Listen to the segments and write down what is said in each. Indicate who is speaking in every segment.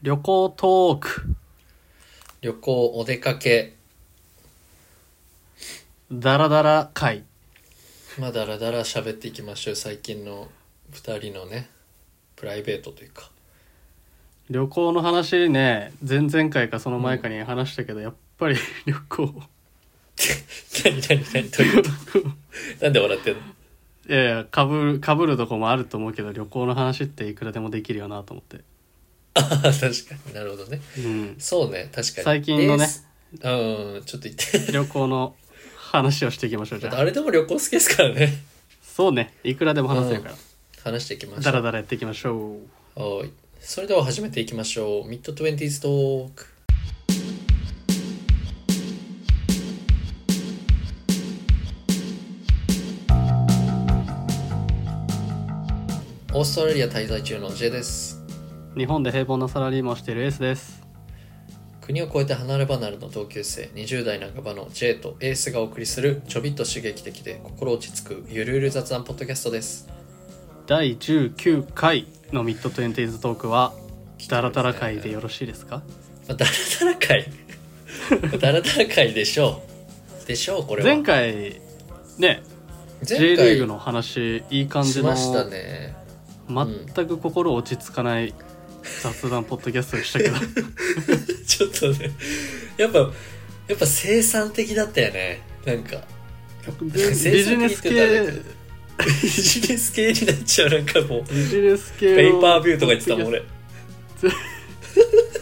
Speaker 1: 旅行トーク
Speaker 2: 旅行、お出かけ。
Speaker 1: ダラダラ会
Speaker 2: まあ、だらだら喋っていきましょう。最近の二人のね、プライベートというか。
Speaker 1: 旅行の話ね前々回かその前かに話したけど、やっぱり 旅行
Speaker 2: 何何何という こと。なんで笑ってんの
Speaker 1: いやいやかぶるかぶるとこもあると思うけど旅行の話っていくらでもできるよなと思って、
Speaker 2: ああ、確かになるほどね。
Speaker 1: うん、
Speaker 2: そうね、確かに。
Speaker 1: 最近のね
Speaker 2: えー。うん、ちょっと言って。
Speaker 1: 旅行の話をしていきましょうじゃあ
Speaker 2: 誰でも旅行好きですからね。
Speaker 1: そうねいくらでも話せるから、
Speaker 2: 話していきましょ
Speaker 1: ダ
Speaker 2: う
Speaker 1: ラ。ダラやっていきましょう
Speaker 2: はい。それでは始めていきましょう。ミッドトゥエンティーズトーク。オーストラリア滞在中の J です。
Speaker 1: 日本で平凡なサラリーマンをしているエースです
Speaker 2: 国を越えて離れ離れの同級生20代半ばの J とエースがお送りするちょびっと刺激的で心落ち着くゆるゆる雑談ポッドキャストです。
Speaker 1: 第19回のミッドトゥエンティーズトークはダラダラ会 でよろしいですか
Speaker 2: まあダラダラ会 ダラダラ会でしょう。でしょう、これは。
Speaker 1: 前回ね J リーグの話いい感
Speaker 2: し
Speaker 1: じの
Speaker 2: ましたねん
Speaker 1: 全く心落ち着かない雑談ポッドキャストでしたけど
Speaker 2: ちょっとねやっぱやっぱ生産的だったよねなんか
Speaker 1: で ビジネス系
Speaker 2: ビジネス系になっちゃうなんかもう
Speaker 1: ビジネス系
Speaker 2: ペ
Speaker 1: の
Speaker 2: ーパービューとか言ってたもん 俺
Speaker 1: 全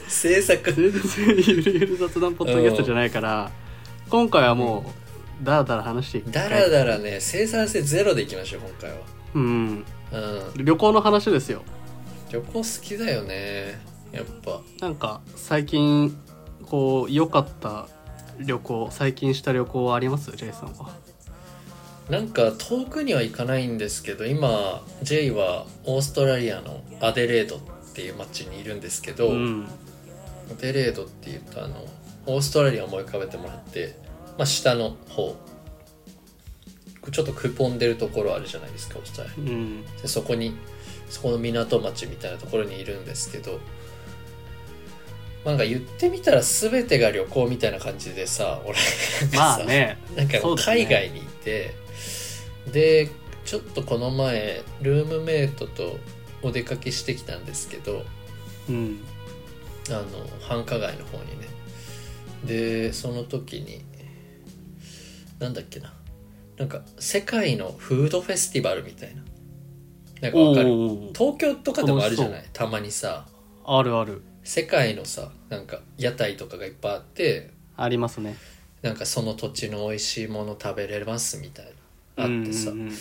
Speaker 2: 制作
Speaker 1: 全然ゆるゆる雑談ポッドキャストじゃないから今回はもうダラダラ話していきた
Speaker 2: だ
Speaker 1: い
Speaker 2: らだらね生産性ゼロでいきましょう今回
Speaker 1: うん
Speaker 2: はうん
Speaker 1: 旅行の話ですよ
Speaker 2: 旅行好きだよねやっぱ
Speaker 1: なんか最近こう良かった旅行最近した旅行はありますジェイさんは
Speaker 2: なんか遠くには行かないんですけど今 J はオーストラリアのアデレードっていう街にいるんですけど、
Speaker 1: ん
Speaker 2: アデレードっていうとあのオーストラリアを思い浮かべてもらって、まあ、下の方ちょっとくぽんでるところあるじゃないですかオーストラリ
Speaker 1: うん
Speaker 2: アでそこにそこの港町みたいなところにいるんですけどまあなんか言ってみたら全てが旅行みたいな感じでさ俺なんか
Speaker 1: まあ
Speaker 2: さ
Speaker 1: ね
Speaker 2: なんか
Speaker 1: そうだね
Speaker 2: 海外にいて、でちょっとこの前ルームメイトとお出かけしてきたんですけど
Speaker 1: うん
Speaker 2: あの繁華街の方にねでその時になんだっけななんか世界のフードフェスティバルみたいななんかわかる
Speaker 1: おー
Speaker 2: 東京とかでもあるじゃないたまにさ
Speaker 1: あるある
Speaker 2: 世界のさなんか屋台とかがいっぱいあって
Speaker 1: ありますね
Speaker 2: なんかその土地の美味しいもの食べれますみたいなあってさ、
Speaker 1: うんうんうん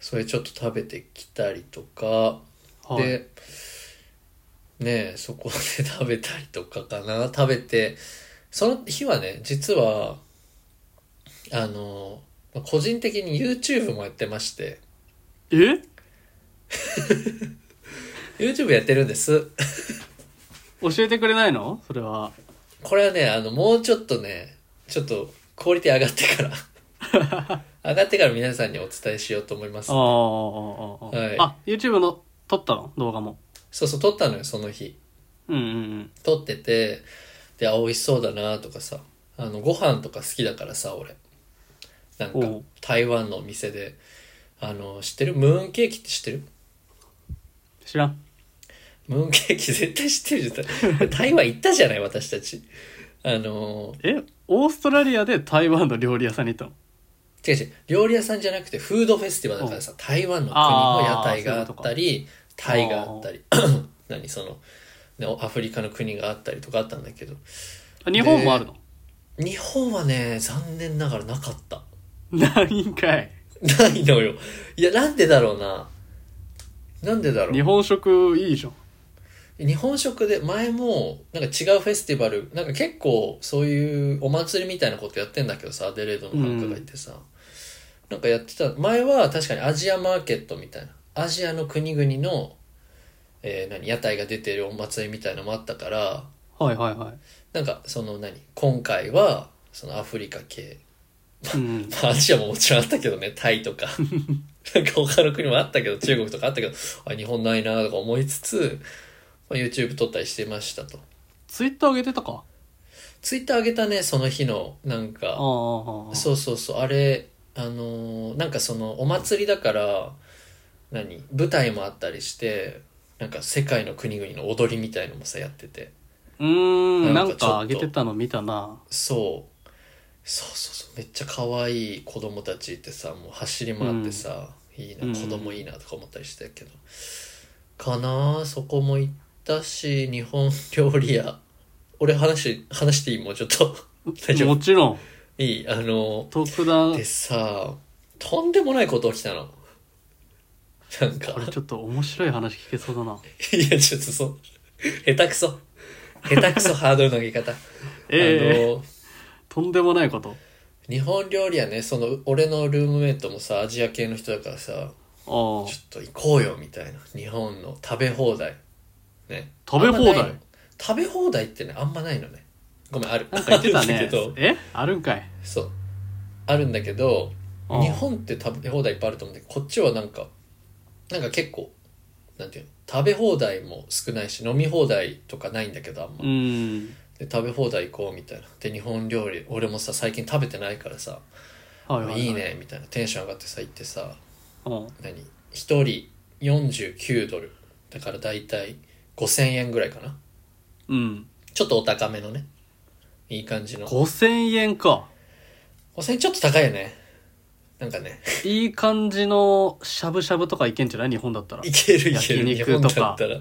Speaker 2: それちょっと食べてきたりとか、
Speaker 1: はい
Speaker 2: でねえそこで食べたりとかかな食べてその日はね実はあのまあ個人的に YouTube もやってまして
Speaker 1: え
Speaker 2: YouTube やってるんです
Speaker 1: 教えてくれないのそれは
Speaker 2: これはねあのもうちょっとねちょっとクオリティ上がってから 上がってから皆さんにお伝えしようと思います
Speaker 1: ああああああ、
Speaker 2: はい
Speaker 1: あ YouTube の撮ったの動画も
Speaker 2: そうそう撮ったのよその日
Speaker 1: うんうん
Speaker 2: 撮っててであ美味しそうだなとかさあのご飯とか好きだからさ俺なん
Speaker 1: お
Speaker 2: か
Speaker 1: う
Speaker 2: 台湾のお店であの知ってるムーンケーキって知ってる
Speaker 1: 知らん
Speaker 2: ムーンケーキ 絶対知ってるじゃん台湾行ったじゃない私たちあの
Speaker 1: えオーストラリアで台湾の料理屋さんに行ったの
Speaker 2: 違う違う料理屋さんじゃなくてフードフェスティバルだからさ台湾の国の屋台があったりタイがあったり 何そのねアフリカの国があったりとかあったんだけど
Speaker 1: あ日本もあるの
Speaker 2: 日本はね残念ながらなかった
Speaker 1: ないんかい
Speaker 2: ないのよ。いや、なんでだろうな。なんでだろ
Speaker 1: 日本食いいじゃん
Speaker 2: う。日本食で前も、なんか違うフェスティバル、なんか結構そういうお祭りみたいなことやってんだけどさ、アデレードの繁華街ってさ。なんかやってた、前は確かにアジアマーケットみたいな。アジアの国々の、えー何、屋台が出てるお祭りみたいのもあったから、
Speaker 1: はいはいはい
Speaker 2: なんかその何、今回は、そのアフリカ系
Speaker 1: うん
Speaker 2: まあアジアももちろんあったけどね、タイとか。なんか他の国もあったけど、中国とかあったけど、あ、日本ないなとか思いつつ、まあ、YouTube 撮ったりしてましたと。
Speaker 1: ツイッター上げてたか
Speaker 2: Twitter 上げたね、その日の、なん
Speaker 1: あ
Speaker 2: か、
Speaker 1: あ
Speaker 2: そうそうそう、あれ、あのーなんかその、お祭りだから、何舞台もあったりして、なんか世界の国々の踊りみたいのもさ、やってて。
Speaker 1: うーんな
Speaker 2: な
Speaker 1: ん
Speaker 2: か
Speaker 1: ん
Speaker 2: ちょっと
Speaker 1: か上げてたの見たな
Speaker 2: そう。そうそうそう。めっちゃ可愛い子供たちってさ、もう走り回ってさ、いい
Speaker 1: う
Speaker 2: な、
Speaker 1: ん
Speaker 2: 子供いいなとか思ったりしてたけど。かなあそこも行ったし、日本料理屋。 俺話、話していいもうちょっ と。大丈夫
Speaker 1: もちろん
Speaker 2: いいあの、
Speaker 1: 特段
Speaker 2: でさ、とんでもないこと起きたの。なんか
Speaker 1: こ。れちょっと面白い話聞けそうだない
Speaker 2: や、ちょっとそう。下手くそ。下手くそハードルの上げ方。
Speaker 1: ええ
Speaker 2: あの、
Speaker 1: とんでもないこと
Speaker 2: 日本料理屋ね、その、俺のルームメイトもさ、アジア系の人だからさ、
Speaker 1: ああ
Speaker 2: ちょっと行こうよみたいな日本の食べ放題ね
Speaker 1: 食べ放題
Speaker 2: あんまないの食べ放題ってねあんまないのねごめんある
Speaker 1: なんか言ってた
Speaker 2: ある
Speaker 1: ね
Speaker 2: んだけど
Speaker 1: えあるんかい
Speaker 2: そうあるんだけど
Speaker 1: うん
Speaker 2: 日本って食べ放題いっぱいあると思うんだけどこっちはなんかなんか結構なんていうの食べ放題も少ないし飲み放題とかないんだけどあんま、
Speaker 1: うん
Speaker 2: で食べ放題行こうみたいなで日本料理俺もさ最近食べてないからさ、
Speaker 1: はいはいはい
Speaker 2: いいねみたいなテンション上がってさ行ってさ
Speaker 1: うん
Speaker 2: 何1人49ドルだから大体5000円ぐらいかな
Speaker 1: うん
Speaker 2: ちょっとお高めのねいい感じの
Speaker 1: 5000円か
Speaker 2: 5000円ちょっと高いよねなんかね
Speaker 1: いい感じのしゃぶしゃぶとかいけんじゃない日本だったら
Speaker 2: いけるいけ
Speaker 1: 焼
Speaker 2: る日
Speaker 1: 肉
Speaker 2: 本
Speaker 1: と
Speaker 2: だっ
Speaker 1: か
Speaker 2: たら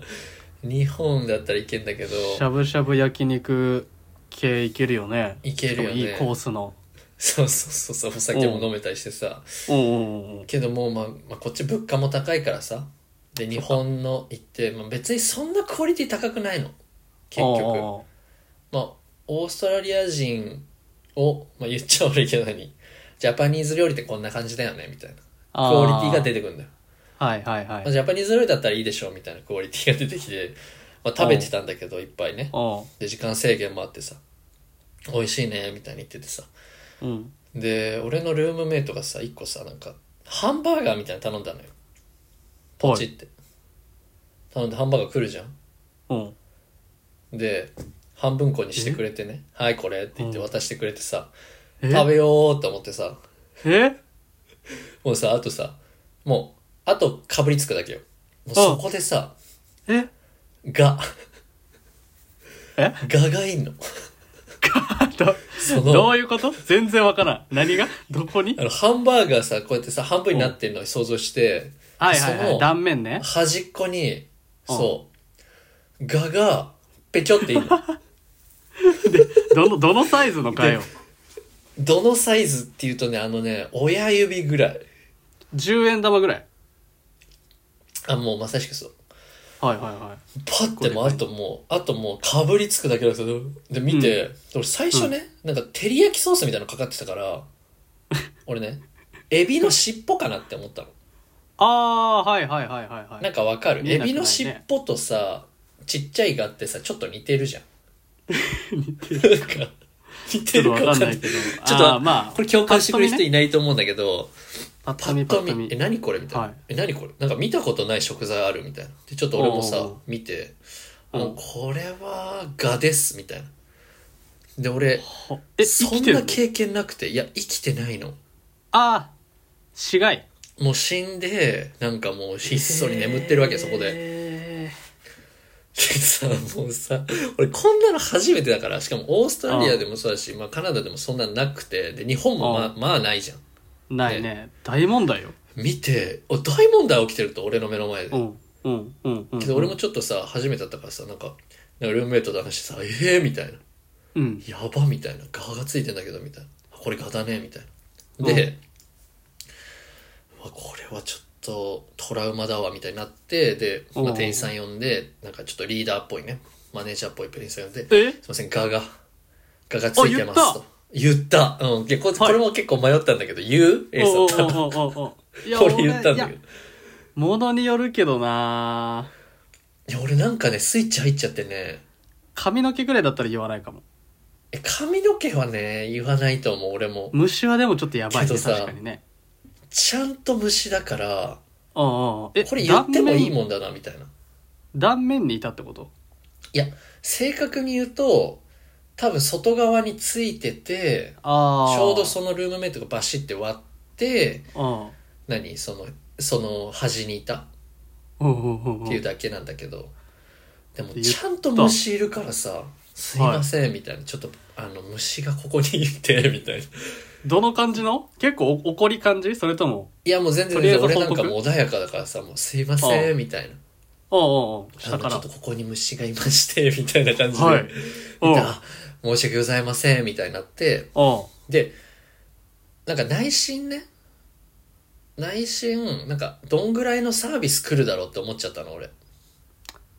Speaker 2: 日本だったらいけんだけど
Speaker 1: しゃぶしゃぶ焼肉系いけるよね
Speaker 2: いける
Speaker 1: し
Speaker 2: よね
Speaker 1: かもいいコースの
Speaker 2: そうそうそうそうお酒も飲めたりしてさ
Speaker 1: うんうんうん
Speaker 2: けどもう、まあ、まあこっち物価も高いからさで日本の行って、まあ、別にそんなクオリティ高くないの結局
Speaker 1: ああ
Speaker 2: まあ、オーストラリア人を、まあ、言っちゃ悪いけど何ジャパニーズ料理ってこんな感じだよねみたいな
Speaker 1: あー
Speaker 2: クオリティが出てくるんだよ、
Speaker 1: はいはいは
Speaker 2: まあ、
Speaker 1: い
Speaker 2: ジャパニーズ料理だったらいいでしょうみたいなクオリティが出てきて、まあ、食べてたんだけどいっぱいね
Speaker 1: あ
Speaker 2: で時間制限もあってさ美味しいねみたいに言っててさ
Speaker 1: あうん
Speaker 2: で俺のルームメイトがさ一個さなんかハンバーガーみたいなの頼んだのよポ
Speaker 1: は
Speaker 2: チ
Speaker 1: い
Speaker 2: って頼んでハンバーガー来るじゃん
Speaker 1: うん
Speaker 2: で半分こにしてくれてね「はいこれ」って言って
Speaker 1: うん
Speaker 2: 渡してくれてさ、
Speaker 1: え
Speaker 2: 食べようと思ってさ
Speaker 1: え
Speaker 2: もうさあとさもうあとかぶりつくだけよもうそこでさ
Speaker 1: え
Speaker 2: が
Speaker 1: え
Speaker 2: ががいんの
Speaker 1: ど
Speaker 2: そ
Speaker 1: ど
Speaker 2: の
Speaker 1: ういうこと全然わからん何がどこに
Speaker 2: あのハンバーガーさこうやってさ半分になってるのを想像して
Speaker 1: はいはいは
Speaker 2: そ
Speaker 1: い
Speaker 2: の
Speaker 1: 断面ね
Speaker 2: 端っこにそうががぺちょっていい の
Speaker 1: どのど のサイズのかよ
Speaker 2: どのサイズっていうとねあのね親指ぐらい
Speaker 1: 10円玉ぐらい
Speaker 2: あもうまさしくそう
Speaker 1: はいはいはい
Speaker 2: パッてもうあともうあともうかぶりつくだけなんですよで見て、で俺最初ね、なんか照り焼きソースみたいなのかかってたから俺ねエビの尻尾かなって思ったの
Speaker 1: ああーはいはいはいはいはい
Speaker 2: なんかわかる、
Speaker 1: 見え
Speaker 2: エ
Speaker 1: なくない
Speaker 2: ビ
Speaker 1: ね
Speaker 2: の尻尾とさちっちゃいがあってさちょっと似てる じゃん似てるか似
Speaker 1: ちょ
Speaker 2: て
Speaker 1: っと
Speaker 2: る
Speaker 1: わ
Speaker 2: か
Speaker 1: か
Speaker 2: わ
Speaker 1: ん
Speaker 2: か
Speaker 1: な
Speaker 2: んない
Speaker 1: いけど。
Speaker 2: ちょっと
Speaker 1: あーまあ、
Speaker 2: これ共感してくれる人
Speaker 1: パッと見ね
Speaker 2: いないと思うんだけど
Speaker 1: パッ
Speaker 2: パ
Speaker 1: と見
Speaker 2: ッ
Speaker 1: パ
Speaker 2: と
Speaker 1: ッと
Speaker 2: 見
Speaker 1: 見
Speaker 2: え。何これみたいな、
Speaker 1: はい
Speaker 2: え何これなんか見たことない食材あるみたいなでちょっと俺もさ
Speaker 1: おうおうおう
Speaker 2: 見て
Speaker 1: うん
Speaker 2: もうこれはガですみたいなで俺
Speaker 1: ほえ、生
Speaker 2: そ
Speaker 1: き
Speaker 2: ん
Speaker 1: て
Speaker 2: な
Speaker 1: る
Speaker 2: 経験なくていや生きてないの
Speaker 1: ああ、死骸。
Speaker 2: もう死んでなんかもうひっそり眠ってるわけ、そこで
Speaker 1: で。
Speaker 2: でさもうさ俺こんなの初めてだからしかもオーストラリアでもそうだし、まあ、カナダでもそんなのなくてで日本もまあまあないじゃん
Speaker 1: ないね。大問題よ。
Speaker 2: 見てお大問題起きてると俺の目の前で
Speaker 1: うん、うん、うん。うん
Speaker 2: けど俺も、ちょっとさ初めてだったからさなんかなんかルームメイトと話してさ「ええー」みたいな
Speaker 1: うん。
Speaker 2: 「やば」みたいな「ガがついてんだけど」みたいな「これガだね」みたいなで、うわこれはちょっとトラウマだわみたいになってで、ま
Speaker 1: う
Speaker 2: あ、
Speaker 1: ん
Speaker 2: 店員さん呼んでなんかちょっとリーダーっぽいねマネージャーっぽい店員さん呼んで「すい
Speaker 1: え
Speaker 2: ませんガがガがついてます」
Speaker 1: あ
Speaker 2: と言ったうんでここれも結構迷ったんだけど言う A さ
Speaker 1: お
Speaker 2: ん
Speaker 1: う
Speaker 2: 多分
Speaker 1: おうおうおうおういや、
Speaker 2: これ言ったんだ
Speaker 1: 俺
Speaker 2: け
Speaker 1: いや。
Speaker 2: ど
Speaker 1: ものによるけどない
Speaker 2: や俺なんかねスイッチ入っちゃってね
Speaker 1: 髪の毛ぐらいだったら言わないかも。
Speaker 2: え髪の毛はね言わないと思う俺も
Speaker 1: 虫はでもちょっとやばい
Speaker 2: け
Speaker 1: ね、
Speaker 2: どさ
Speaker 1: 確かにね。
Speaker 2: ちゃんと虫だから
Speaker 1: うんうんうん。え、
Speaker 2: これ言ってもいい
Speaker 1: ん。
Speaker 2: もんだなみたいな
Speaker 1: 断面にいたってこと
Speaker 2: 正確に言うと、多分外側についてて、
Speaker 1: ああ
Speaker 2: ちょうどそのルームメイトがバシって割って、
Speaker 1: あ
Speaker 2: 何その、その端にいた
Speaker 1: あうんうんうんうん
Speaker 2: っていうだけなんだけど、でも
Speaker 1: 言った
Speaker 2: ちゃんと虫いるからさ、すいません、みたいな、ちょっと、あの、虫がここにいて、みたいな。
Speaker 1: どの感じの結構お怒り感じそれとも
Speaker 2: いや、もう全然
Speaker 1: とりあえず
Speaker 2: 俺
Speaker 1: 報
Speaker 2: なん
Speaker 1: 告
Speaker 2: かもう穏やかだからさ、もうすいませ
Speaker 1: ああ
Speaker 2: ん、みたいな。
Speaker 1: ああああ
Speaker 2: あ
Speaker 1: 下
Speaker 2: の、
Speaker 1: か
Speaker 2: ちょ
Speaker 1: ら
Speaker 2: っとここに虫がいまして、 みたいな感じで。
Speaker 1: はいうん
Speaker 2: であ申し訳ございません、みたいになって。
Speaker 1: うん
Speaker 2: で、なんか内心ね、内心、なんか、どんぐらいのサービス来るだろうって思っちゃったの、俺。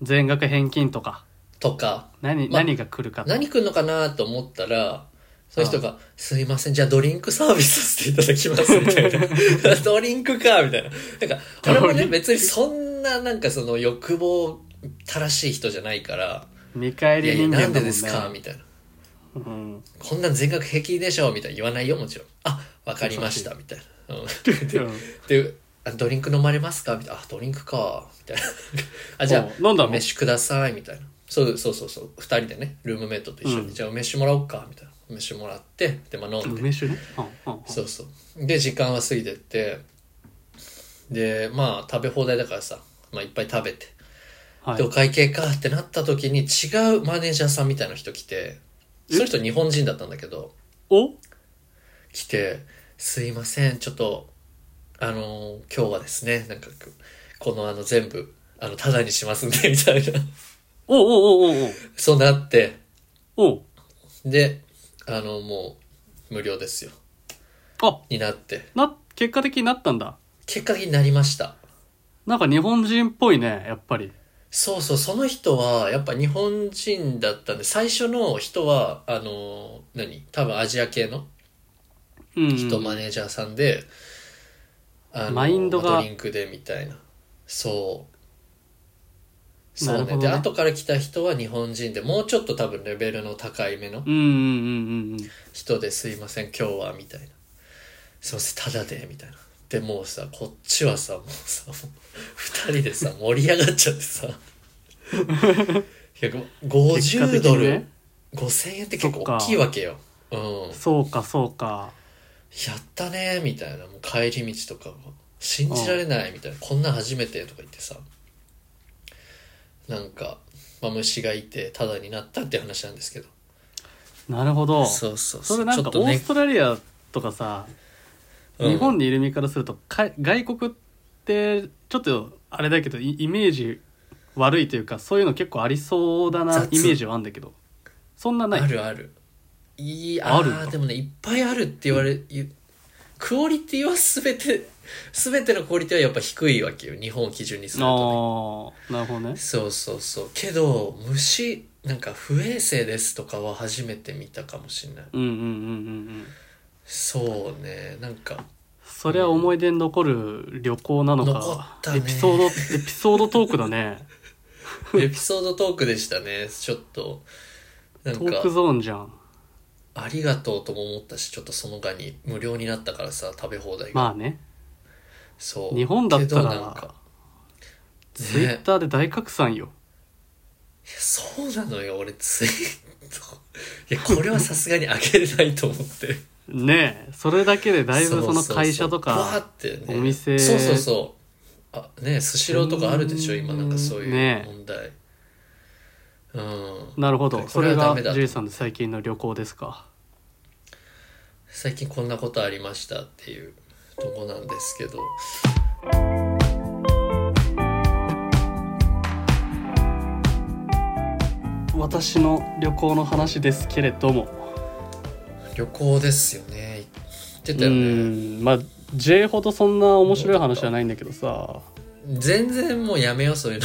Speaker 1: 全額返金とか
Speaker 2: とか、
Speaker 1: 何,、
Speaker 2: まあ
Speaker 1: 何が来るかと
Speaker 2: 何来るのかなと思ったら、その人が、すいません、じゃあドリンクサービスさせていただきます、みたい な。ドリンクか、みたいな。なんか、俺も
Speaker 1: ドリ
Speaker 2: ね、
Speaker 1: ンク
Speaker 2: 別にそんな、なんかその欲望、正しい人じゃないから、
Speaker 1: 見返
Speaker 2: いや
Speaker 1: り
Speaker 2: いや、
Speaker 1: 人間だ
Speaker 2: な
Speaker 1: もん
Speaker 2: ん
Speaker 1: ね
Speaker 2: でですかみたいな。
Speaker 1: うん、
Speaker 2: こんなん全額平均でしょみたいな言わないよ、もちろん。あ、わかりました、みたいな。うんで、あドリンク飲まれますかみたいな。あ、ドリンクか。みたいな。あ、じゃ
Speaker 1: おう飲んだ
Speaker 2: あ、
Speaker 1: の
Speaker 2: 飯ください。みたいな。そうそうそうそう。二人でね、ルームメイトと一緒に。
Speaker 1: うん
Speaker 2: じゃあ、飯もらおうか。みたいな。飯もらって、で、まあ、飲んで。
Speaker 1: 梅酒ね、うんうんうん、
Speaker 2: そうそう。で、時間は過ぎてって、で、まあ、食べ放題だからさ、まあ、いっぱい食べて。
Speaker 1: はい
Speaker 2: で、お会計かってなった時に違うマネージャーさんみたいな人来て、
Speaker 1: え
Speaker 2: その人日本人だったんだけど、
Speaker 1: お
Speaker 2: 来て、すいません、ちょっと、あのー今日はですね、なんか、このあの全部、あの、タダにしますんで、みたいな。
Speaker 1: おうおうおうおう
Speaker 2: そうなって、
Speaker 1: おう
Speaker 2: で、あの、もう、無料ですよ。
Speaker 1: あ
Speaker 2: になって、
Speaker 1: な結果的になったんだ
Speaker 2: 結果的になりました。
Speaker 1: なんか日本人っぽいねやっぱり
Speaker 2: そうそう、その人は、やっぱ日本人だったんで、最初の人は、あのー何多分アジア系の
Speaker 1: うん
Speaker 2: 人マネージャーさんで、あの
Speaker 1: マインドが
Speaker 2: ドリンクでみたいなそうそう
Speaker 1: なる
Speaker 2: ね
Speaker 1: ほどね
Speaker 2: で後から来た人は日本人でもうちょっと多分レベルの高いめの
Speaker 1: うんうんうんうんうん
Speaker 2: 人ですいません今日はみたいなすいませんただでみたいなでもうさこっちはさもうさもう2人でさ盛り上がっちゃってさ いや
Speaker 1: 結果
Speaker 2: 50
Speaker 1: 的
Speaker 2: ド
Speaker 1: に
Speaker 2: ル、
Speaker 1: ね
Speaker 2: 5000円って結構
Speaker 1: そっか
Speaker 2: 大きいわけようん
Speaker 1: そうかそうか
Speaker 2: やったねみたいなもう帰り道とかも信じられないみたいな、こんなん初めてとか言ってさなんか、まあ、虫がいてタダになったって話なんですけど
Speaker 1: なるほど
Speaker 2: そうそう
Speaker 1: それなんかオーストラリアとかさ、
Speaker 2: うん
Speaker 1: 日本にいる身からするとか外国ってちょっとあれだけどイイメージ悪いというかそういうの結構ありそうだな
Speaker 2: 雑
Speaker 1: イメージはあるんだけどそんなない
Speaker 2: あるあるいい
Speaker 1: あ
Speaker 2: あ
Speaker 1: る
Speaker 2: ーでもねいっぱいあるって言われ、ゆクオリティは全て 全てのクオリティはやっぱ低いわけよ日本を基準にす
Speaker 1: あ
Speaker 2: るとね
Speaker 1: ーなるほどね
Speaker 2: そうそうそうけど虫なんか不衛生ですとかは初めて見たかもしれない
Speaker 1: うんうんうんうんうん
Speaker 2: そうねなんか
Speaker 1: そりゃ思い出に残る旅行なの
Speaker 2: 残
Speaker 1: か
Speaker 2: っ、たね
Speaker 1: エピソードエピソードトークだね
Speaker 2: エピソードトークでしたねちょっとな
Speaker 1: ト
Speaker 2: ん
Speaker 1: ーク
Speaker 2: か
Speaker 1: ゾーンじゃん
Speaker 2: ありがとうとも思ったしちょっとその間に無料になったからさ食べ放題が、
Speaker 1: まあね
Speaker 2: そう
Speaker 1: 日本だったら
Speaker 2: けどなんか
Speaker 1: ツイッターで大拡散よ
Speaker 2: いやそうなのよ俺ツイートいやこれはさすがにあげれないと思って
Speaker 1: ねえそれだけでだいぶその会社と
Speaker 2: そうそうそう
Speaker 1: か
Speaker 2: バーってね
Speaker 1: お店
Speaker 2: そうそうそうあねスシローとかあるでしょ
Speaker 1: うん
Speaker 2: 今なんかそういう
Speaker 1: ね
Speaker 2: 問題、うん
Speaker 1: なるほど
Speaker 2: こ
Speaker 1: そ
Speaker 2: れ
Speaker 1: れ
Speaker 2: はダ
Speaker 1: が
Speaker 2: メだ
Speaker 1: J さんの最近の旅行ですか
Speaker 2: 最近こんなことありましたっていうとこなんですけど
Speaker 1: 私の旅行の話ですけれども
Speaker 2: 旅行ですよね行って
Speaker 1: う
Speaker 2: たよね
Speaker 1: んまあ J ほどそんな面白い話じゃないんだけどさ
Speaker 2: 全然もうやめようそういう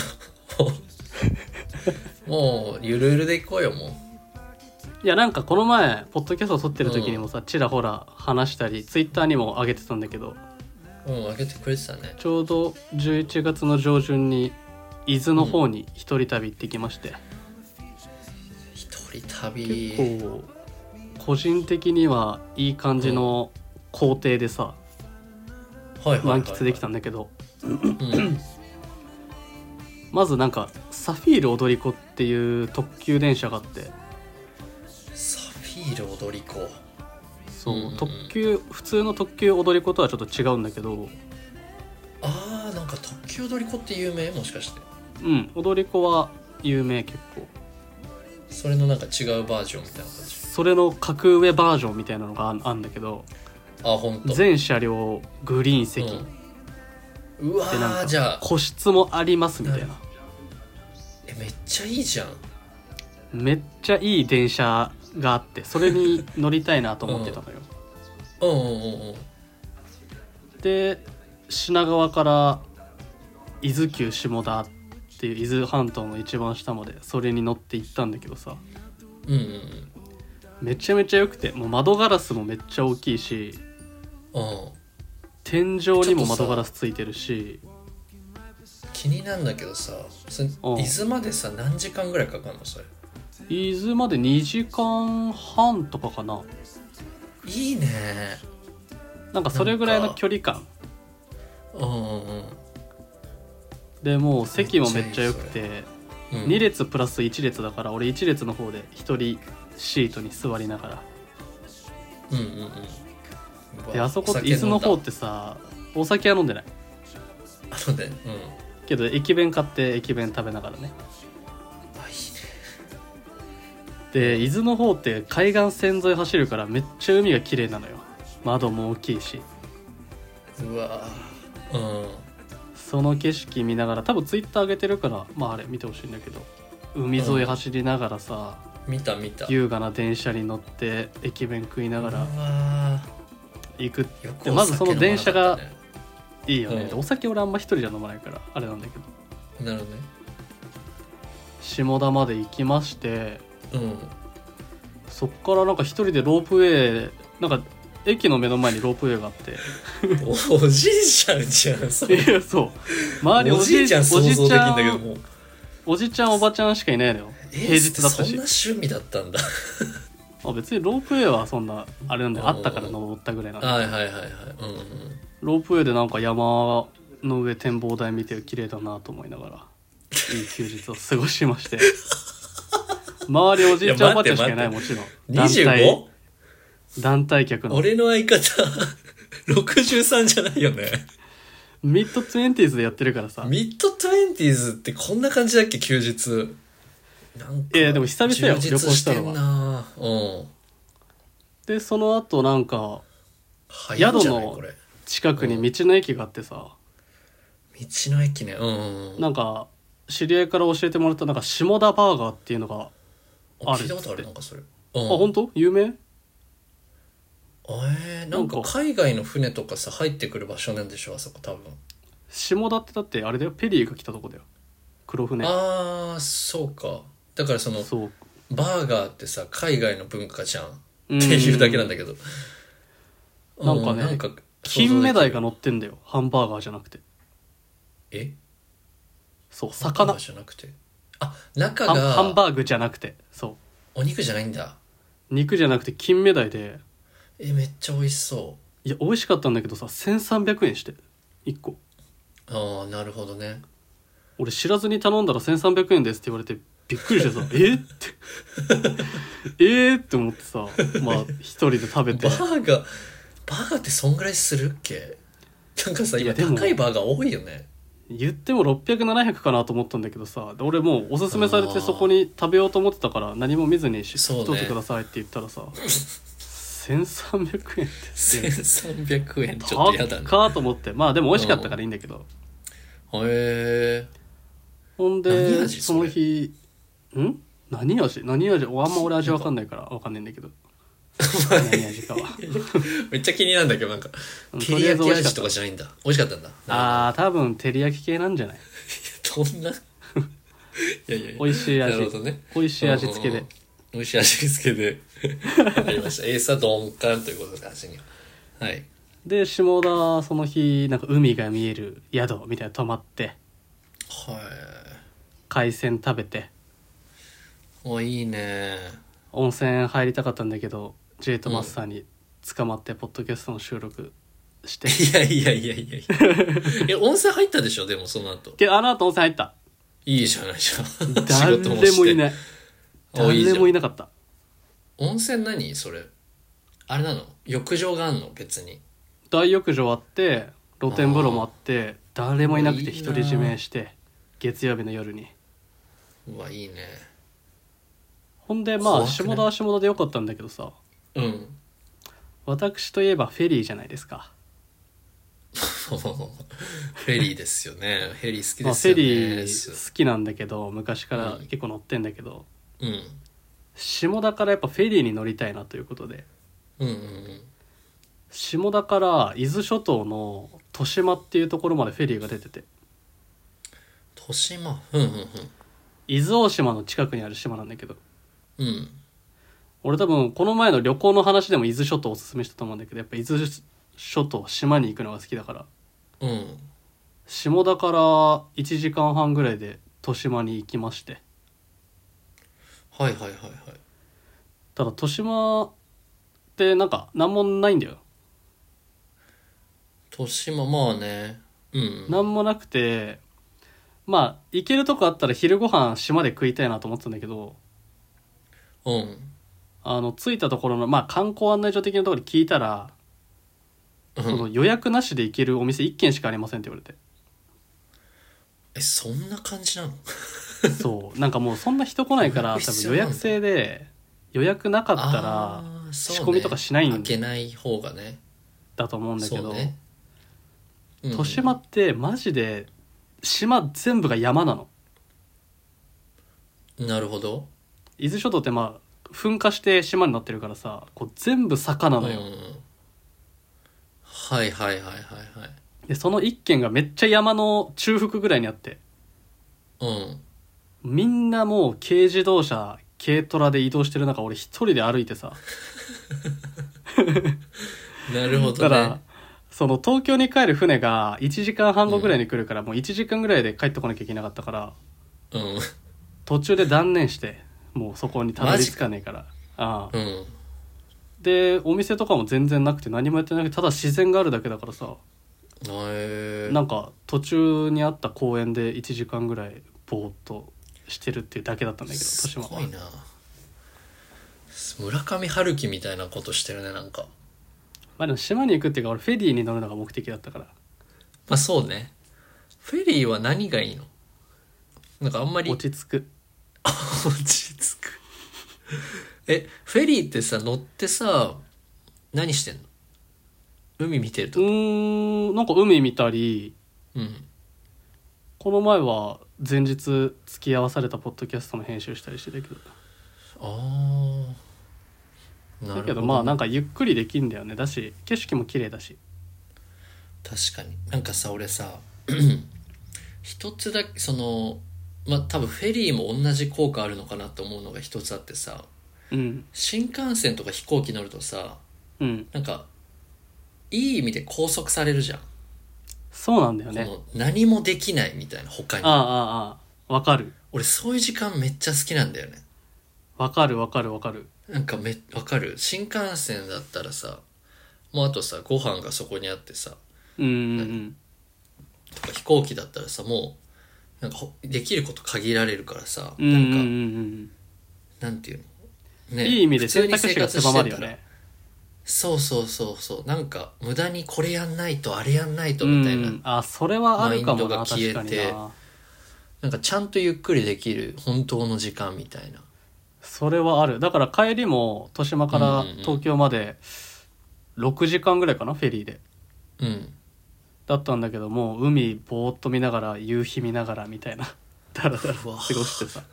Speaker 2: の もうゆるゆるで行こうよもう
Speaker 1: いやなんかこの前ポッドキャストを撮ってる時にもさちらほら話したりツイッターにも上げてたんだけど
Speaker 2: うん開けてくれてたね
Speaker 1: ちょうど11月の上旬に伊豆の方に一人旅行ってきまして、
Speaker 2: 一人旅
Speaker 1: 結構個人的にはいい感じの工程でさ、
Speaker 2: はいはいはいはい
Speaker 1: 満喫できたんだけど、
Speaker 2: うん
Speaker 1: まずなんかサフィール踊り子っていう特急電車があって
Speaker 2: サフィール踊り子
Speaker 1: そう、
Speaker 2: うんうんうん
Speaker 1: 特急普通の特急踊り子とはちょっと違うんだけど
Speaker 2: あーなんか特急踊り子って有名もしかして
Speaker 1: うん踊り子は有名結構
Speaker 2: それのなんか違うバージョンみたいな感じ
Speaker 1: それの格上バージョンみたいなのがあんあんだけど
Speaker 2: あ本当。
Speaker 1: 全車両グリーン席、
Speaker 2: うん、うわ
Speaker 1: でなん
Speaker 2: ー
Speaker 1: か
Speaker 2: じゃあ
Speaker 1: 個室もありますみたいな
Speaker 2: なえめっちゃいいじゃん
Speaker 1: めっちゃいい電車があってそれに乗りたいなと思ってたのよ、
Speaker 2: うんうんうんうん
Speaker 1: で品川から伊豆急下田っていう伊豆半島の一番下までそれに乗って行ったんだけどさ
Speaker 2: うんうん
Speaker 1: めちゃめちゃ良くてもう窓ガラスもめっちゃ大きいし
Speaker 2: うんうん
Speaker 1: 天井にも窓ガラスついてるし
Speaker 2: 気になんだけどさそれ伊
Speaker 1: うん
Speaker 2: 豆までさ何時間ぐらいかかるのそれ
Speaker 1: 伊豆まで2時間半とかかない
Speaker 2: いね
Speaker 1: なんかそれぐらいの距離感
Speaker 2: うんうんうん
Speaker 1: でもう席もめっちゃ良くて
Speaker 2: うん
Speaker 1: 2列プラス1列だから俺1列の方で1人シートに座りなが
Speaker 2: うんうんうんうわ
Speaker 1: らであそこ
Speaker 2: お
Speaker 1: って
Speaker 2: 酒
Speaker 1: 伊豆の方っ
Speaker 2: 飲んだ
Speaker 1: てさお酒は飲んでない
Speaker 2: あそうだよねうん
Speaker 1: けど駅弁買って駅弁食べながらね
Speaker 2: あいい
Speaker 1: で
Speaker 2: ね
Speaker 1: 伊豆の方って海岸線沿い走るからめっちゃ海が綺麗なのよ窓も大きいし
Speaker 2: うわーうん
Speaker 1: その景色見ながら多分ツイッター上げてるからまああれ見てほしいんだけど海沿い走りながらさ、
Speaker 2: 見た見た
Speaker 1: 優雅な電車に乗って駅弁食いながら
Speaker 2: うわ
Speaker 1: 行く
Speaker 2: ーよく
Speaker 1: で
Speaker 2: お
Speaker 1: まずその
Speaker 2: 酒飲
Speaker 1: 電
Speaker 2: まな
Speaker 1: 車
Speaker 2: かった
Speaker 1: が
Speaker 2: ね
Speaker 1: いいよね、
Speaker 2: うん
Speaker 1: でお酒俺あんま一人じゃ飲まないからあれなんだけど
Speaker 2: なるほどね
Speaker 1: 下田まで行きまして
Speaker 2: うん
Speaker 1: そっからなんか一人でロープウェイなんか駅の目の前にロープウェイがあって
Speaker 2: おおじいちゃんじゃんそれ
Speaker 1: いやそう周り
Speaker 2: おじいちゃん想像できんだけども
Speaker 1: おじちゃんおばちゃんしかいないのよ
Speaker 2: え
Speaker 1: 平日だった
Speaker 2: そん
Speaker 1: し
Speaker 2: な、趣味だったんだ
Speaker 1: まあ、別にロープウェイはそんなあれなんで
Speaker 2: うん
Speaker 1: あったから登ったぐらいなんで
Speaker 2: はいはいはいはいうんうん
Speaker 1: ロープウェイでなんか山の上展望台見て綺麗だなと思いなが らいい休日を過ごしまして周りおじいちゃんおばあちゃんしかいないもちろん団体
Speaker 2: 25?
Speaker 1: 団体客の
Speaker 2: 俺の相方 63じゃないよね
Speaker 1: ミッドツエンティーズでやってるからさ
Speaker 2: ミッドトゥエンティーズってこんな感じだっけ休日なんか
Speaker 1: いやでも久々よ
Speaker 2: 充
Speaker 1: 旅行
Speaker 2: 実
Speaker 1: したのは
Speaker 2: てんなうん
Speaker 1: でその後なんか
Speaker 2: 早いんじゃない
Speaker 1: 宿の
Speaker 2: これ道
Speaker 1: 近くに道の駅があってさ、
Speaker 2: の駅ねうんうんうん
Speaker 1: なんか知り合いから教えてもらったなんか下田バーガーっていうのが
Speaker 2: あ
Speaker 1: ある
Speaker 2: 聞いたことあるなんかそれあ
Speaker 1: あ本当有名
Speaker 2: えー、なんか
Speaker 1: なんか
Speaker 2: 海外の船とかさ入ってくる場所なんでしょあそこ多分
Speaker 1: 下田ってだってあれだよペリーが来たとこだよ黒船
Speaker 2: ああそうかだからその
Speaker 1: そう
Speaker 2: バーガーってさ海外の文化じゃんっ
Speaker 1: う
Speaker 2: ていうだけなんだ
Speaker 1: け
Speaker 2: けど、
Speaker 1: うんなんかね金目鯛が乗ってんだよハンバーガーじゃなくて
Speaker 2: え
Speaker 1: そう
Speaker 2: 魚
Speaker 1: 魚
Speaker 2: じゃなくてあ中
Speaker 1: ハン
Speaker 2: が
Speaker 1: ハンバーグじゃなくてそ
Speaker 2: お肉じゃないんだ
Speaker 1: う肉じゃなくて金目鯛で
Speaker 2: えめっちゃ美味しそ
Speaker 1: いや美味しかったんだけどさ1300円して1個
Speaker 2: うああなるほどね
Speaker 1: 俺知らずに頼んだら1300円ですって言われてびっくりしてさえっっ てえっって思ってさまあ一人で食べ
Speaker 2: バ
Speaker 1: て
Speaker 2: ーガーバーガーってそんぐらいするっけなんかさ
Speaker 1: い
Speaker 2: 今
Speaker 1: やでも
Speaker 2: 高いバーガー多いよね
Speaker 1: 言っても600700かなと思ったんだけどさで俺もうおすすめされ
Speaker 2: あ
Speaker 1: て
Speaker 2: ー
Speaker 1: そこに食べようと思ってたから何も見ずにし
Speaker 2: そうね
Speaker 1: 一つくださいって言ったらさ1300円って
Speaker 2: 1300円ちょっ
Speaker 1: 高
Speaker 2: とやだ
Speaker 1: っ
Speaker 2: ね
Speaker 1: かと思ってまあでも美味しかったからいいんだけど
Speaker 2: へえ
Speaker 1: ほん
Speaker 2: 何
Speaker 1: で
Speaker 2: 味
Speaker 1: そ
Speaker 2: そ
Speaker 1: の
Speaker 2: れ
Speaker 1: 日ん何味何味あんま俺味わかんないからわかんないんだけど何味 かは
Speaker 2: めっちゃ気になるんだけどなんか
Speaker 1: うん
Speaker 2: 照
Speaker 1: と
Speaker 2: り
Speaker 1: りあえ
Speaker 2: 焼
Speaker 1: ず
Speaker 2: き
Speaker 1: 美味しかっ
Speaker 2: 味
Speaker 1: た
Speaker 2: とかじゃないんだ美味しかったんだ
Speaker 1: ああ多分照り焼き系なんじゃない
Speaker 2: どんないやいやいや
Speaker 1: 美味しい味
Speaker 2: なるほどね
Speaker 1: 美味しい味付け
Speaker 2: うんうん
Speaker 1: で
Speaker 2: うん美味しい味付けでわかりましたエースは鈍感ということで味にははい
Speaker 1: で下田その日なんか海が見える宿みたいなの泊まって
Speaker 2: はい
Speaker 1: 海鮮食べて
Speaker 2: おいいね
Speaker 1: 温泉入りたかったんだけどジェイトマスターに捕まってポッドキャストの収録して、
Speaker 2: いやいやいやいやいやえ温泉入ったでしょでもその後
Speaker 1: であの後温泉入った
Speaker 2: いいじゃないじゃん 仕
Speaker 1: 誰
Speaker 2: 事もして
Speaker 1: もいない
Speaker 2: あいいじゃ
Speaker 1: 誰
Speaker 2: ん
Speaker 1: もいなかった
Speaker 2: 温泉何それあれなの浴場があんの別に
Speaker 1: 大浴場あって露天風呂もあって誰もいなくて
Speaker 2: いいな
Speaker 1: 独り占めして月曜日の夜に
Speaker 2: うわいいね
Speaker 1: ほんでまあ
Speaker 2: 怖くない
Speaker 1: 下田は下田でよかったんだけどさ
Speaker 2: うん
Speaker 1: 私といえばフェリーじゃないですか、
Speaker 2: フェリーですよねフェリー好き
Speaker 1: ま
Speaker 2: で
Speaker 1: あ、
Speaker 2: す
Speaker 1: フェ
Speaker 2: よね
Speaker 1: リー好きなんだけど昔から結構乗ってんだけど、
Speaker 2: うん
Speaker 1: 下田からやっぱフェリーに乗りたいなということで
Speaker 2: うんうんうん
Speaker 1: 下田から伊豆諸島の利島っていうところまでフェリーが出てて
Speaker 2: 豊島うんうん
Speaker 1: 伊豆大島の近くにある島なんだけど
Speaker 2: うんうん
Speaker 1: 俺多分この前の旅行の話でも伊豆諸島おすすめしたと思うんだけどやっぱ伊豆諸島島に行くのが好きだから
Speaker 2: うん
Speaker 1: 下田から1時間半ぐらいで利島に行きまして
Speaker 2: はいはいはいはい
Speaker 1: ただ利島ってなんか何もないんだよ
Speaker 2: 豊島まあねうん
Speaker 1: 何もなくてまあ行けるとこあったら昼ご飯島で食いたいなと思ってたんだけど
Speaker 2: うん
Speaker 1: あの着いたところの、まあ、観光案内所的なところに聞いたら、
Speaker 2: うん
Speaker 1: その予約なしで行けるお店1軒しかありませんって言われ
Speaker 2: えそんな感じなの
Speaker 1: て そうなんかもうそんな人来ないから多分予約制で予約なかったら
Speaker 2: あーそう
Speaker 1: 仕
Speaker 2: ね
Speaker 1: 込みとかしない
Speaker 2: 開
Speaker 1: ん
Speaker 2: けない方がね
Speaker 1: だと思うんだけ
Speaker 2: そ
Speaker 1: ど、
Speaker 2: うねうん
Speaker 1: 豊島ってマジで島全部が山なの
Speaker 2: なるほど
Speaker 1: 伊豆諸島ってまあ噴火して島になってるからさこう全部坂なのよ、
Speaker 2: うんはいはいはいはいはい
Speaker 1: でその1軒がめっちゃ山の中腹ぐらいにあって
Speaker 2: うん
Speaker 1: みんなもう軽自動車軽トラで移動してる中俺一人で歩いてさ
Speaker 2: なるほ
Speaker 1: た
Speaker 2: ど
Speaker 1: だ、
Speaker 2: ね
Speaker 1: その東京に帰る船が1時間半後ぐらいに来るから、もう1時間ぐらいで帰ってこなきゃいけなかったから
Speaker 2: うん
Speaker 1: 途中で断念してもうそこにたどり着かねえからああ
Speaker 2: うん
Speaker 1: でお店とかも全然なくて何もやってなくてただ自然があるだけだからさ
Speaker 2: へえ
Speaker 1: なんか途中にあった公園で1時間ぐらいぼーっとしてるっていうだけだったんだけど
Speaker 2: す
Speaker 1: 豊島は
Speaker 2: ご
Speaker 1: い
Speaker 2: な村上春樹みたいなことしてるねなんか
Speaker 1: まあでも島に行くっていうか俺フェリーに乗るのが目的だったから
Speaker 2: まあそうねフェリーは何がいいのなんかあんまり
Speaker 1: 落ち着く
Speaker 2: 落ち着くえフェリーってさ乗ってさ何してんの海見てる
Speaker 1: う
Speaker 2: と
Speaker 1: ーんなんか海見たり
Speaker 2: うん
Speaker 1: この前は前日付き合わされたポッドキャストの編集したりしてたけど
Speaker 2: ああなるほど
Speaker 1: だけどまあなんかゆっくりできんだよねだし景色も綺麗だし
Speaker 2: 確かになんかさ俺さ 一つだけそのまあ多分フェリーも同じ効果あるのかなと思うのが一つあってさ
Speaker 1: うん
Speaker 2: 新幹線とか飛行機乗るとさ
Speaker 1: うん
Speaker 2: なんかいい意味で拘束されるじゃん、
Speaker 1: そうなんだよ
Speaker 2: こ
Speaker 1: ね
Speaker 2: の何もできないみたいな他
Speaker 1: ああ
Speaker 2: に
Speaker 1: ああああわかる
Speaker 2: 俺そういう時間めっちゃ好きなんだよね
Speaker 1: わかるわかるわかる
Speaker 2: なんかめわかる新幹線だったらさもうあとさご飯がそこにあってさ
Speaker 1: うんうん
Speaker 2: とか飛行機だったらさもうなんかほできること限られるからさ、
Speaker 1: うんうんうんうんうん
Speaker 2: なんかなんていうの、
Speaker 1: うん
Speaker 2: ね
Speaker 1: いい意味で
Speaker 2: 普通
Speaker 1: 選
Speaker 2: に
Speaker 1: 択
Speaker 2: 生
Speaker 1: 肢が
Speaker 2: 活
Speaker 1: 狭
Speaker 2: し
Speaker 1: ま
Speaker 2: て
Speaker 1: る
Speaker 2: た
Speaker 1: よ
Speaker 2: ら
Speaker 1: ね
Speaker 2: そうそうそうそうなんか無駄にこれやんないとあれやんないと
Speaker 1: う
Speaker 2: みたいな、
Speaker 1: んあそれはあるかもな
Speaker 2: マインドが消
Speaker 1: 確
Speaker 2: えて
Speaker 1: かにな
Speaker 2: なんかちゃんとゆっくりできる本当の時間みたいな
Speaker 1: それはあるだから帰りも豊島から
Speaker 2: うんうんうん
Speaker 1: 東京まで6時間ぐらいかなフェリーで
Speaker 2: うん
Speaker 1: だったんだけどもう海ぼーっと見ながら夕日見ながらみた いなだらだら過ごしてさ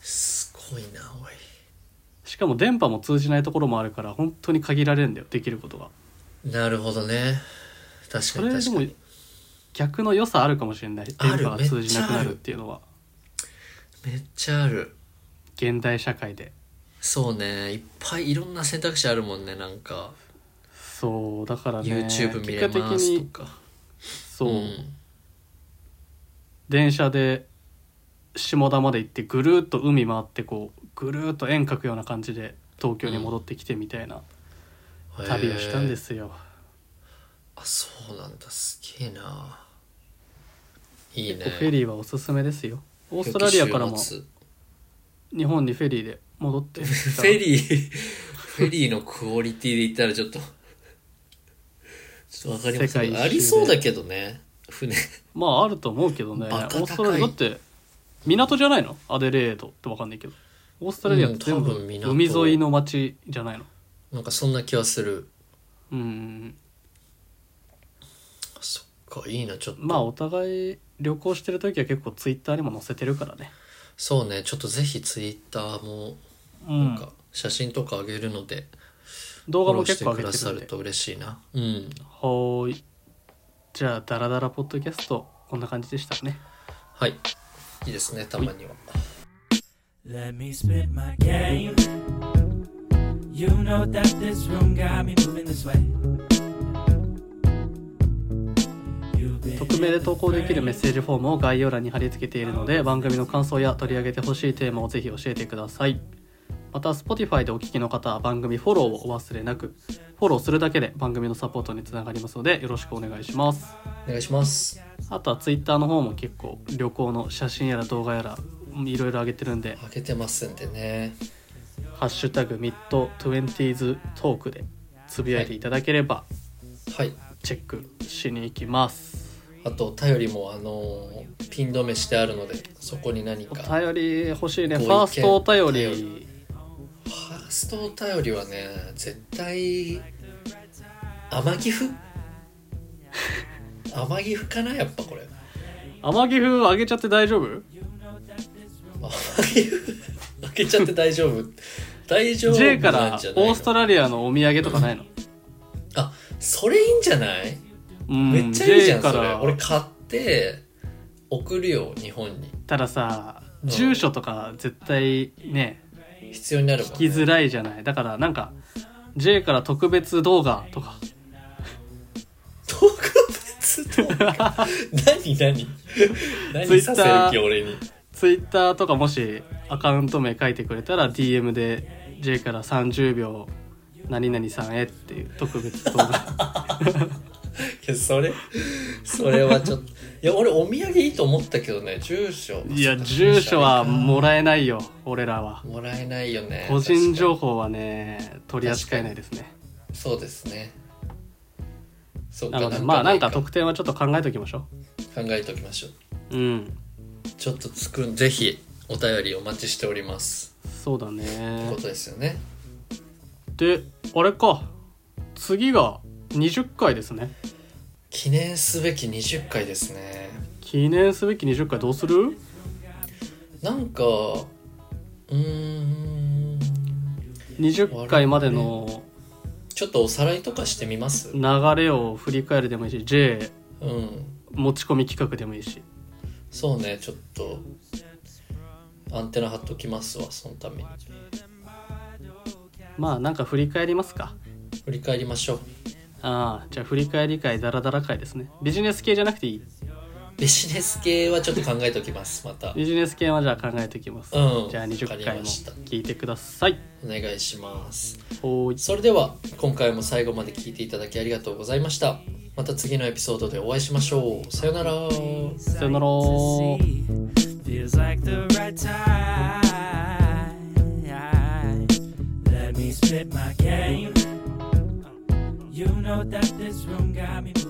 Speaker 2: すごいなおい
Speaker 1: しかも電波も通じないところもあるから本当に限られるんだよできることが
Speaker 2: なるほどね確か
Speaker 1: それ
Speaker 2: に
Speaker 1: で
Speaker 2: 確
Speaker 1: も
Speaker 2: かに
Speaker 1: 逆の良さあるかもしれない電
Speaker 2: ある
Speaker 1: 波が通じなくな
Speaker 2: めっちゃあ
Speaker 1: る
Speaker 2: る
Speaker 1: っていうのは
Speaker 2: めっちゃある
Speaker 1: 現代社会で
Speaker 2: そうねいっぱいいろんな選択肢あるもんねなんか
Speaker 1: そうだからね
Speaker 2: YouTube 見れ
Speaker 1: 結果
Speaker 2: ま
Speaker 1: 的
Speaker 2: すと
Speaker 1: に
Speaker 2: か
Speaker 1: そう、
Speaker 2: うん
Speaker 1: 電車で下田まで行ってぐるーっと海回ってこうぐるーっと円描くような感じで東京に戻ってきてみたいな旅をしたんですすよ、
Speaker 2: あそうなんだすげえないいね
Speaker 1: フェリーはおすすめですよオーストラリアからも
Speaker 2: 良き週末
Speaker 1: 日本にフェリーで戻ってきた
Speaker 2: フェリー、 フェリーのクオリティで言ったらちょっと、ちょっとわかりませ
Speaker 1: 世界一周
Speaker 2: ん。
Speaker 1: で
Speaker 2: ありそうだけどね、船。
Speaker 1: まああると思うけどねオ
Speaker 2: バカ高い
Speaker 1: ーストラリアだって港じゃないのアデレードってわかんないけどオーストラリアって全部
Speaker 2: うん多分港
Speaker 1: 海沿いの町じゃないの
Speaker 2: なんかそんな気はする。
Speaker 1: うん
Speaker 2: そっか、いいな、ちょっと。
Speaker 1: まあお互い旅行してる時は結構ツイッターにも載せてるからね
Speaker 2: そうね、ちょっとぜひツイッターも、
Speaker 1: う
Speaker 2: なん
Speaker 1: ん
Speaker 2: か、写真とかあげるので、
Speaker 1: 動画も
Speaker 2: フォローし
Speaker 1: 結
Speaker 2: て
Speaker 1: 構上
Speaker 2: く
Speaker 1: げ
Speaker 2: だ
Speaker 1: て
Speaker 2: さ
Speaker 1: るん
Speaker 2: る
Speaker 1: で
Speaker 2: と嬉しいな。うん。
Speaker 1: はーいじゃあダラダラポッドキャストこんな感じでしたね
Speaker 2: はい。いいですね、たまには。
Speaker 3: Let me spit my game. You know that this room got me moving this way.
Speaker 1: 匿名で投稿できるメッセージフォームを概要欄に貼り付けているので番組の感想や取り上げてほしいテーマをぜひ教えてくださいまた Spotify でお聞きの方は番組フォローをお忘れなくフォローするだけで番組のサポートにつながりますのでよろしくお願いします
Speaker 2: お願いします。
Speaker 1: あとは Twitter の方も結構旅行の写真やら動画やらいろいろ上げてるんで
Speaker 2: あげてますんでね。
Speaker 1: 「ハッシュタグミッド 20s トーク」でつぶやいていただければ
Speaker 2: はい。
Speaker 1: チェックしに行きます
Speaker 2: あと、お便りも、あのーピン止めしてあるので、そこに何
Speaker 1: お
Speaker 2: か。
Speaker 1: 便り欲しいね
Speaker 2: ご
Speaker 1: フ
Speaker 2: 意見
Speaker 1: ァーストお便
Speaker 2: お
Speaker 1: り
Speaker 2: 便ファーストお便りはね絶対天 岐阜天岐阜かなやっぱこれ
Speaker 1: 天城風あげちゃって大丈夫
Speaker 2: 天岐阜開けちゃって大丈夫大丈夫
Speaker 1: J か
Speaker 2: な
Speaker 1: ら
Speaker 2: んじゃない
Speaker 1: オ
Speaker 2: の
Speaker 1: ーストラリアのお土産とかないの、
Speaker 2: あそれいいんじゃない
Speaker 1: うん、
Speaker 2: めっちゃいいじゃん
Speaker 1: J か
Speaker 2: それ
Speaker 1: ら
Speaker 2: 俺買って送るよ日本に
Speaker 1: たださ
Speaker 2: ん
Speaker 1: 住所とか絶対ね
Speaker 2: 必要になるもん
Speaker 1: 聞き
Speaker 2: ね
Speaker 1: づらいじゃないだからなんか J から特別動画とか
Speaker 2: 特別動画 何何何させる
Speaker 1: Twitter
Speaker 2: 気俺に
Speaker 1: Twitter とかもしアカウント名書いてくれたら DM で J から30秒何々さんへっていう特別動 画
Speaker 2: いやそれそれはちょっといや俺お土産いいと思ったけどね住所
Speaker 1: いや住所はもらえないよ俺らは
Speaker 2: もらえないよね
Speaker 1: 個人情報はね取り扱えないですね
Speaker 2: 確かにそうですねそう
Speaker 1: な
Speaker 2: か
Speaker 1: のでまあなんか
Speaker 2: 考
Speaker 1: 特典はちょっと考えておきましょ
Speaker 2: えておきましょ
Speaker 1: う
Speaker 2: う
Speaker 1: うん
Speaker 2: ちょっとつくんぜひお便りお待ちしております
Speaker 1: そうだ
Speaker 2: って
Speaker 1: ね
Speaker 2: ことですよね
Speaker 1: であれか次が20回ですね
Speaker 2: 記念すべき20回ですね
Speaker 1: 記念すべき20回どうする
Speaker 2: なんかうーん
Speaker 1: ?20 回までの
Speaker 2: ちょっとおさらいとかしてみます
Speaker 1: 流れを振り返るでもいいし J
Speaker 2: うん
Speaker 1: 持ち込み企画でもいいし
Speaker 2: そうねちょっとアンテナ張っときますわそのために
Speaker 1: まあなんか振り返りますか
Speaker 2: 振り返りましょう
Speaker 1: ああじゃあ振り返り会ダラダラ会ですねビジネス系じゃなくていい
Speaker 2: ビジネス系はちょっと考えておきますまた
Speaker 1: ビジネス系はじゃあ考えておきます、
Speaker 2: うん
Speaker 1: じゃあ
Speaker 2: わか
Speaker 1: 20
Speaker 2: り
Speaker 1: 回
Speaker 2: ま
Speaker 1: も
Speaker 2: した
Speaker 1: 聞いてください
Speaker 2: お願いします
Speaker 1: ほーい
Speaker 2: それでは今回も最後まで聞いていただきありがとうございましたまた次のエピソードでお会いしましょうさよなら
Speaker 1: さよなら
Speaker 3: Feels like the right time. Let me spit my game. You know that this room got me moving